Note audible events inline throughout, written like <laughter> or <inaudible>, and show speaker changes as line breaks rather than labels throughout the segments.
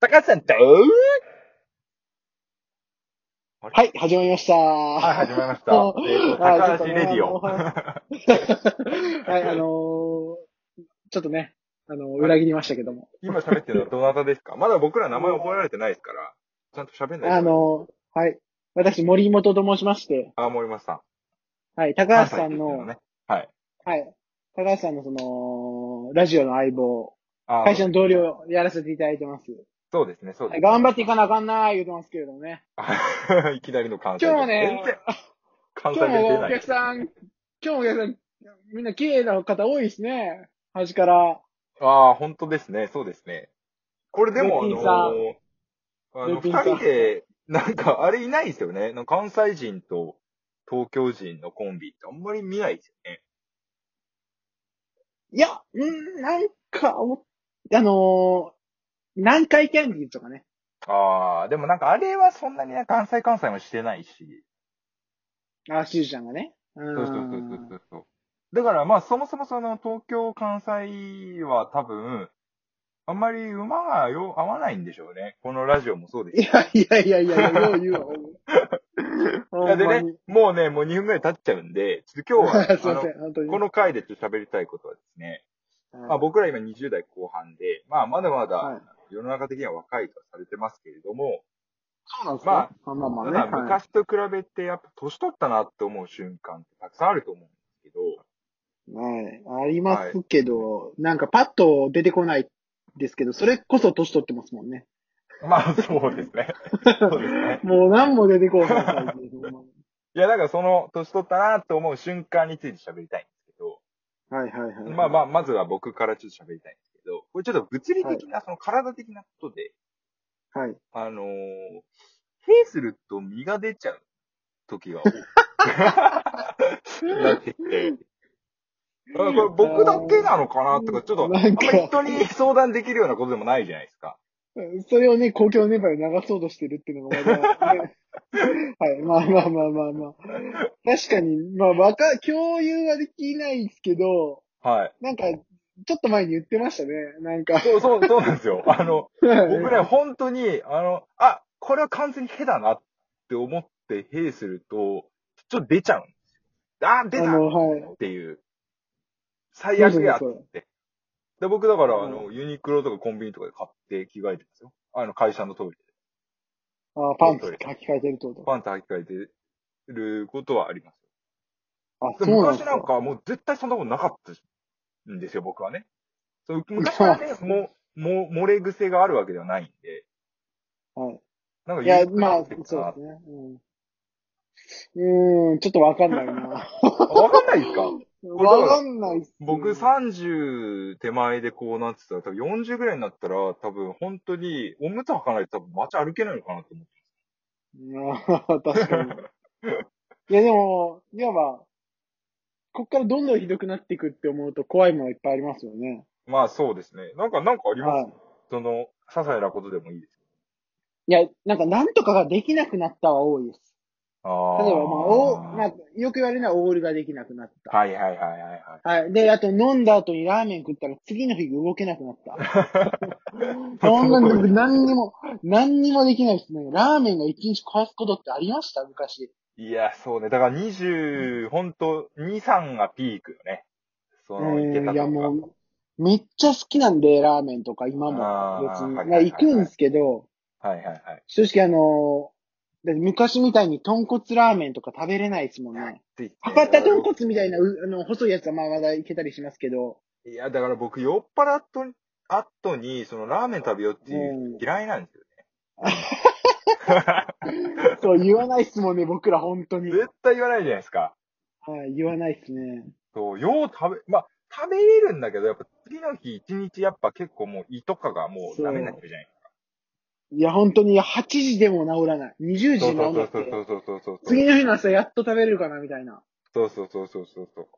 高橋さんだ
はい、始まりました。
はい、
は
始まりました。
あ
えーと
あ
高橋レディオ。
い、あのー、ちょっとね、あのー、裏切りましたけども。
今喋ってるのはどなたですかまだ僕ら名前覚えられてないですから、ちゃんと喋んないと。
あのー、はい、私、森本と申しまして、
あ、森松さん。
はい、高橋さんの、
関西出身ね。はい。
はい、高橋さんのその、ラジオの相棒、
あ
会社の同僚をやらせていただいてます。
そうですね、そうで
は
す
い
ね。
頑張っていかなあかんなー言うてますけれどもね。
<laughs> いきなりの関西。
今日もね
全然、関西
今
弁
日も
出
お
ない
客。さん、今日もお客さん、みんな綺麗な方多いですね。端から。
ああ、本当ですね、そうですね。これでも、あ
ルーティン
のー、あ
ル
の、
ーティンさ
二
ん
人で、なんか、あれいないですよね。なんか関西人と東京人のコンビってあんまり見ないですよね。
いや、うんなんか、おあのー、南海キャンディーとかね。
ああ、でもなんかあれはそんなにね、関西関西もしてないし。
あ、しずちゃんがね。うん
そうそうそうそうそうそう。だからまあそもそもその東京関西は多分、あんまり馬がよ合わないんでしょうね。このラジオもそうです
いやいやいやいや、よう言うわ。
い
ほ
や
ん
で
ま
ね
に。、
もうね、もう2分ぐらい経っちゃうんで、ちょっと今 <laughs> 日
すいま
は、
せん、本当
あの、
に。
この回でちょっと喋りたいことはですね、まあ
はい
僕ら今20代後半で、まあまだま
はい
だ世の中的には若いとはされてますけれども、
そうなんです
まあ
かまあまあまあね。
ただ
はい
昔と比べてやっぱ年取ったなって思う瞬間ってたくさんあると思うんですけど、
はい。ありますけど、なんかパッと出てこないですけど、それこそ年取ってますもんね。
ま
<laughs>
あ、そうですね。そうですね。
もう何も出てこない感じですほんまに
いや、だからその、年取ったなと思う瞬間について喋りたいんですけど、
はいはいはい。
まあまあ、まずは僕からちょっと喋りたいんですけど、これちょっと物理的な、その体的なことで、
あ。はい。
あのー、ヘイすると身が出ちゃう時
<laughs>
が多い。なってきて。あこれ僕だけなのかなとか、ちょっと、あんま
なん
り
か
人に相談できるようなことでもないじゃないですか。
それをね、公共の電波で流そうとしてるっていうのがまた、ね、はい、まあまあまあまあまあ。確かに、まあ、わか、共有はできないですけど、
はい。
なんか、ちょっと前に言ってましたね。なんか。
そう、そう、そうなんです
<laughs>
よ。あの、僕
は
ね、本当に、あの、あ、これは完全にヘだなって思って、ヘイすると、ちょっと出ちゃうんですよ。あ、出
い、あ
た
の、
っ
はい。
ていう。最悪やっ
そうそう
て。で、僕だから、
うん
あの、ユニクロとかコンビニとかで買って着替えてますよ。あの、会社のトイレで。
あパンツ書き換えてるってこと。
パンと履き替えてることはあります。
あ、
で
そうなん
昔
です
なん
か。
かもう絶対そんなことなかったんですよ、僕はね。そう昔はね、もう、もう、漏れ癖があるわけではないんで。
はい。
なんか
いや、
ユニクロ
まあ
って、
そ
な
うですね。うん。うーん、ちょっとわかんないな。
あわかんないですかれだから
わかんないっす、
僕30手前でこうなってたら、多分40ぐらいになったら、多分本当におむつ履かないと多分街歩けないのかなと思って。
いやー確かに。いや、でも、いわば、こっからどんどんひどくなっていくって思うと怖いものいっぱいありますよね。
まあそうですね。なんか、なんかあります、
はい。
その、些細なことでもいいです。
いや、なんか、なんとかができなくなったは多いです。
あ
例えば、まあ、お
ー
まあ、よく言われるのはオールができなくなった。
はいはいはいはいはい。
はい。で、あと、飲んだ後にラーメン食ったら次の日動けなくなった。
<laughs>
そんなの、何にも、何にもできないですね。ラーメンが一日壊すことってありました昔。
いや、そうね。だから20、本当2、3がピークよね。その、いけ
う
た
ん、いや
とか。
もう、めっちゃ好きなんで、ラーメンとか今
あ
も
ー
別に。
はいは
まあ
いはい
行くんですけど、
はいはいはい。
正直あのーだって昔みたいに豚骨ラーメンとか食べれないですもんね。
ついて
博多豚骨みたいな、うあの、細いやつはまあまだいけたりしますけど、
いや、だから僕、酔っ払っと、後に、その、ラーメン食べようっていう
うん
嫌いなんですよ
<laughs> そう言わないっすもんね、 <laughs> 僕ら本当に。
ね。絶対言わないじゃないですか。
はい、言わないっすね。
そう、よう食べ、まあ、食べれるんだけど、やっぱ次の日一日やっぱ結構もう胃とかがもうダメになってるじゃない
いや、本当に8時でも治らない。20時
そ
で
う
治ん
そう
なく
そ
て。
うそうそうそうそう。
次の日の朝やっと食べれるかな、みたいな。
そうそうそうそうそうそう。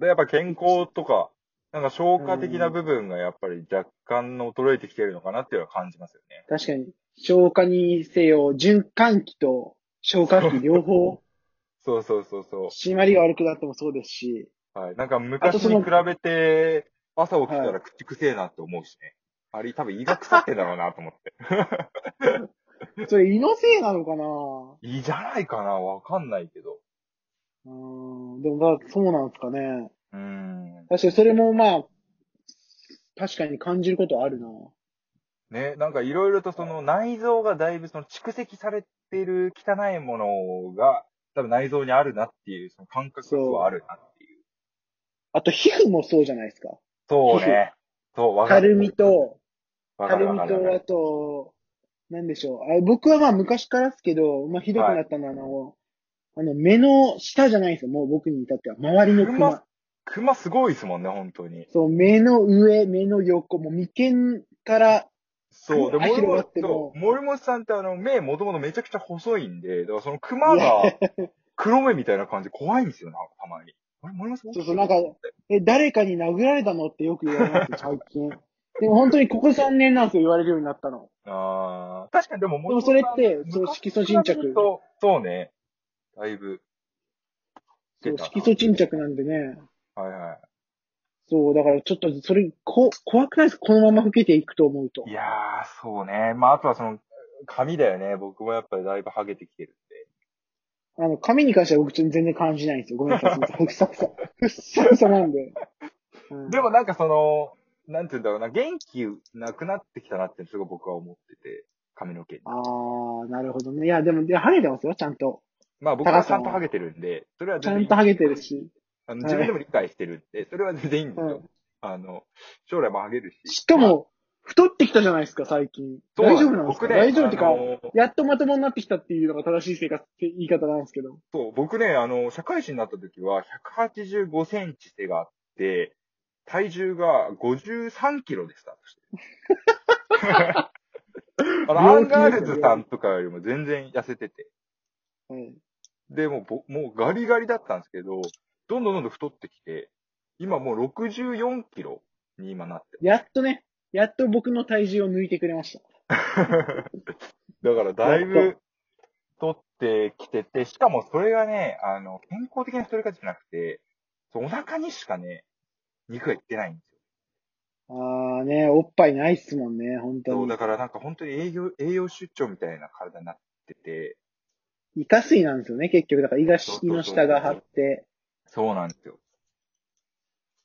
で、やっぱ健康とか、なんか消化的な部分がやっぱり若干の衰えてきてるのかなっていうのは感じますよね。
確かに。消化にせよ、循環器と消化器両方。
そうそうそうそ
締まりが悪くなってもそうですし、
う。はい。なんか
あと
昔
そ
に
の
比べて、朝起きたら口くせえなって思うしね。あれ多分胃が腐ってんだろうなと思 <laughs> って。
それ胃のせいなのかな
胃じゃないかなわかんないけど。
うーん。でも、まあそうなんですかね。
うーん。
確かにそれもまあ、確かに感じることはあるな。
ね、なんかいろいろとその内臓がだいぶその蓄積されてる汚いものが多分内臓にあるなっていうその感覚はあるなっていう。
あと、皮膚もそうじゃないですか。
そうね。そう、わか
た
る。
るみと、
わ
た
かる
る
わ
み
かるわか
と、あ
る。
と、なんでしょう。あ僕はまあ昔からですけど、まあひどくなったのは、あの、あの、目の下じゃないですよ。もう僕に至っては。周りのク
熊
マ。
クマすごいですもんね、本当に。
そう、目の上、目の横、もう眉間から、
そう。で、
熊
森
広
本
がって、も
そう森本さんってあの、目もともとめちゃくちゃ細いんで、だからその熊が黒目みたいな感じ怖いんですよ、なんかたまに。あれ、森本さん
そうそう、なんか、え、誰かに殴られたのってよく言われます、最近。でも本当にここ3年なんですよ、言われるようになったの。
あー確かにでも、
でもそれって、そう、色素沈着。
と、そうね。だいぶ。
そう、色素沈着なんでね。
はいは
そう、だからちょっと、それ、こ、怖くないですかこのまま老けていくと思うと
い。い。やー、そうね。まあ、あとはその、髪だよね。僕もやっぱりだいぶハゲてきてるんで。
あの、髪に関しては僕ちょっと全然感じないんですよ。ごめんなさい。
<laughs>
ふっさふさ。ふっさふさなんで。うん
でもなんかその、なんて言うんだろうな、元気なくなってきたなってすごい僕は思ってて、髪の毛に。
あー、なるほどね。いや、でも、いや、ハゲてますよ、ちゃんと。
まあ僕はちゃんとハゲてるんで、それは
ち
全
ゃ
然い
ん
い
とハゲてるし。
あの自分でも理解してるんで、それは全然いいんです
う
よ。
ん。
あの、将来もハゲるし。
しかも、太ってきたじゃないですか、最近。
そう
大
な
丈
んです
夫なんですか
僕ね
大丈夫ってか、
あの
やっとまともになってきたっていうのが正しい生活って言い方なんですけど。
そう、僕ね、あの、社会人になった時は、185センチ背があって、体重が53キロでスタート
<laughs>
してる。あの、ア
病
ン
気ですよ
ガールズさんとかよりも全然痩せてて。
はい。
で、もうぼ、もうガリガリだったんですけど、どんどんどんどん太ってきて、今もう64キロに今なって
やっとね、やっと僕の体重を抜いてくれました。
<laughs> だからだい
やっ
ぶ取ってきてて、しかもそれがね、あの、健康的な太り方じゃなくて、そうお腹にしかね、肉がいってないんですよ。
あーね、おっぱいないっすもんね、本当
そう、
に
だ。からなんか本当に栄養、栄養出張みたいな体になってて、
イカ水なんですよね、結局。だから胃が
そう、そ
胃
うそう
の下が張って。
そうなんですよ。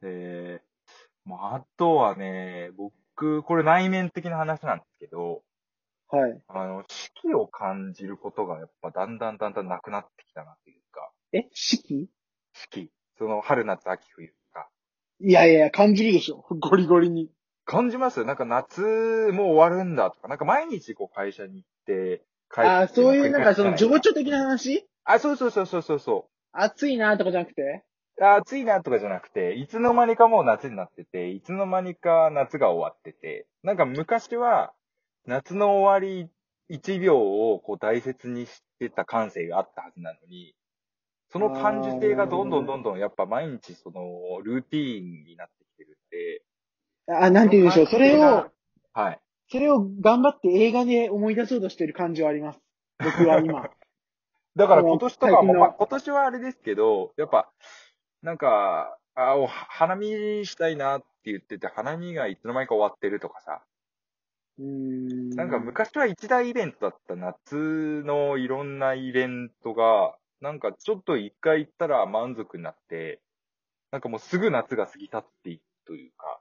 で、もうあとはね、僕、これ内面的な話なんですけど、
はい。
あの、四季を感じることがやっぱだんだんだんだんなくなってきたなっていうか、
え四季
四季。その、春、夏、秋、冬とか。
いやいやいや、感じるでしょ。ゴリゴリに。
感じますなんか夏、もう終わるんだとか、なんか毎日こう会社に行って、帰って。
ああ、そういう、なんかその情
上
緒的な話
あ、そうそうそうそうそうそ
暑いなとかじゃなくて
う。あ暑いなとかじゃなくて、いつの間にかもう夏になってて、いつの間にか夏が終わってて、なんか昔は、夏の終わり1秒をこう大切にしてた感性があったはずなのに、その感受性がどんどんどんどんやっぱ毎日そのルーティーンになってきてるんで、
あ、なんて言うんでしょう。それを、、
はい。
それを頑張って映画で思い出そうとしてる感じはあります。僕
<laughs>
は今。
だから今年とか
最近
も、
の
まあ、今年はあれですけど、やっぱ、なんか、あお花見したいなって言ってて、花見がいつの間にか終わってるとかさ、
うーん。
なんか昔は一大イベントだった夏のいろんなイベントが、なんかちょっと一回行ったら満足になって、なんかもうすぐ夏が過ぎ去っていくというか、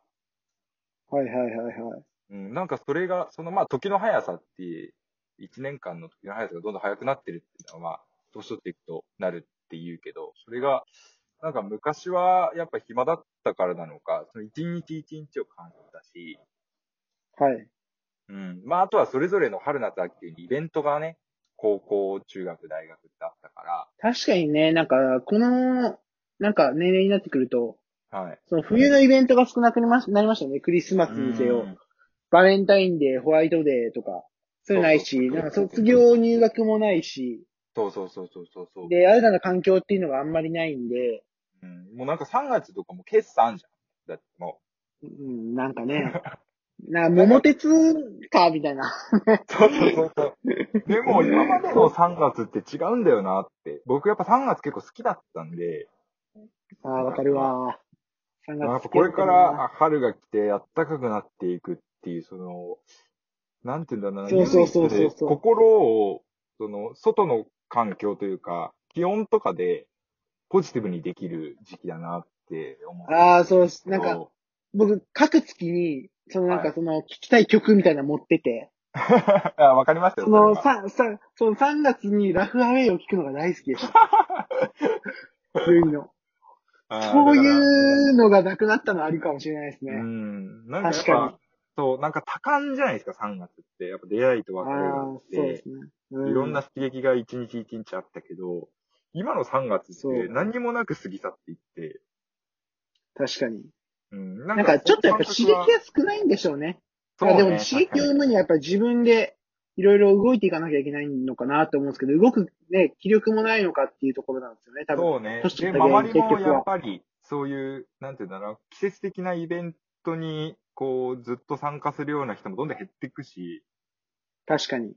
はいはいはいはい。
うん、なんかそれが、そのまあ時の速さって、一年間の時の速さがどんどん速くなってるっていうのは、まあ、年取っていくとなるって言うけど、それが、なんか昔はやっぱ暇だったからなのか、その一日一日を感じたし、
はい。
うん、まああとはそれぞれの春夏秋冬にイベントがね、高校、中学、大学ってあったか
確かにね、なんか、この、なんか年齢になってくると、
ら、はい。
その冬のイベントが少なくなりまなりましたね。クリスマスにせよ。バレンタインデー、ホワイトデーとか、そういうのない
そ
し、
うそうそう
なんか卒業入学もないし、
そうそうそうそうそうそう、
で、新たな環境っていうのがあんまりないんで、
うん。もうなんか3月とかも決算じゃん。だっても
うん、なんかね、
<laughs>
なんか桃鉄か、みたいな。
う。そうそうそうそう。でも今までの3月って違うんだよなって。僕やっぱ3月結構好きだったんで、
ああ、わかるわ。3
やっぱ
月
これから春が来て暖かくなっていくっっていう、その、なんていうんだろうな、
そうそうそうそう
唯一で心を、その、外の環境というか、気温とかで、ポジティブにできる時期だなって思う。
ああ、そうし、なんか、僕、各月に、そのなん
は
か
い
その、聞きたい曲みたいなの持ってて、
<laughs> あ、わかりますよ。
その、
それは
さ、さ、その3月にラフアウェイを聞くのが大好き
<laughs>
でした。そういうの。
あー
そう
だ
いうのがなくなったのはありかもしれないです
からう
ね。
ん。なんかやっ
確かに
ぱ、そう、なんか多感じゃないですか、3月って。やっぱ出会いと
ああ
別れがあっ
ー、そうで
て
す、ね。う
いろんな。刺激が一日一日あったけど、今の3月っ
そう
て何にもなく過ぎ去っていって、
確かに。
うん。
なんかちょっとやっぱ刺激が
は
少ないんでしょうね。
そう
まあ
ね
でも刺激を生むにはやっぱり自分でいろいろ動いていかなきゃいけないのかなと思うんですけど、動くね、気力もないのかっていうところなんですよね、多分。
そうね。
年取
で、
った原因
周りも
結局は
やっぱり、そういう、なんていうんだろうな、季節的なイベントに、こう、ずっと参加するような人もどんどん減っていくし、
確かに。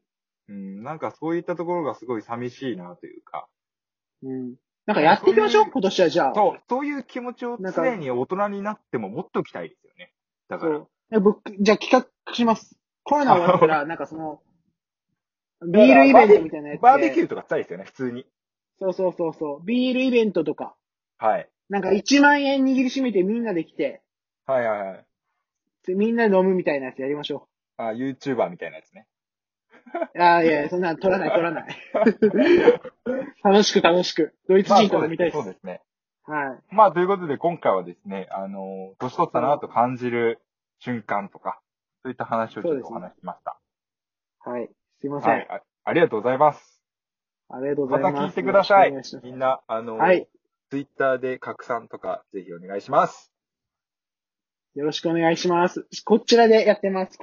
うん、なんかそういったところがすごい寂しいなというか、
うん。なんかやっていきましょう、
そういう
今年はじゃあ。
そう、そういう気持ちを
なんか
常に大人になっても持っておきたいですよね。だから。
そう。え僕、じゃあ企画します。コロナ終わったら、なんかそ
<laughs>
の、ビールイベントみたいなやつで。
バーベキューとかしたいですよね、普通に。
そうそうそうそう。ビールイベントとか。
はい。
なんか1万円握りしめてみんなで来て、
はいはいはい。
みんなで飲むみたいなやつやりましょ
あ、YouTuber みたいなやつ
<laughs>
ね。
う。ああ、いやいや、そんなの取らない取らない。 <laughs> 楽しく楽しく。ドイツ
まあ
人とか見たいです。
そうですね。
はい。
まあ、ということで、今回はですね、あの、年取ったなと感じる瞬間とか、そういった話をちょっとお
そうですね
話ししました。
はい。すいません。
はいあ。ありがとうございます。
ありがとうご
ま
ざい
た
ます。
聞いてください
よろしくお。願
み
し
ん
ます
な、あの、
はい。
ツイッターで拡散とか、ぜひお願いします。
よろしくお願いします。こちらでやってます。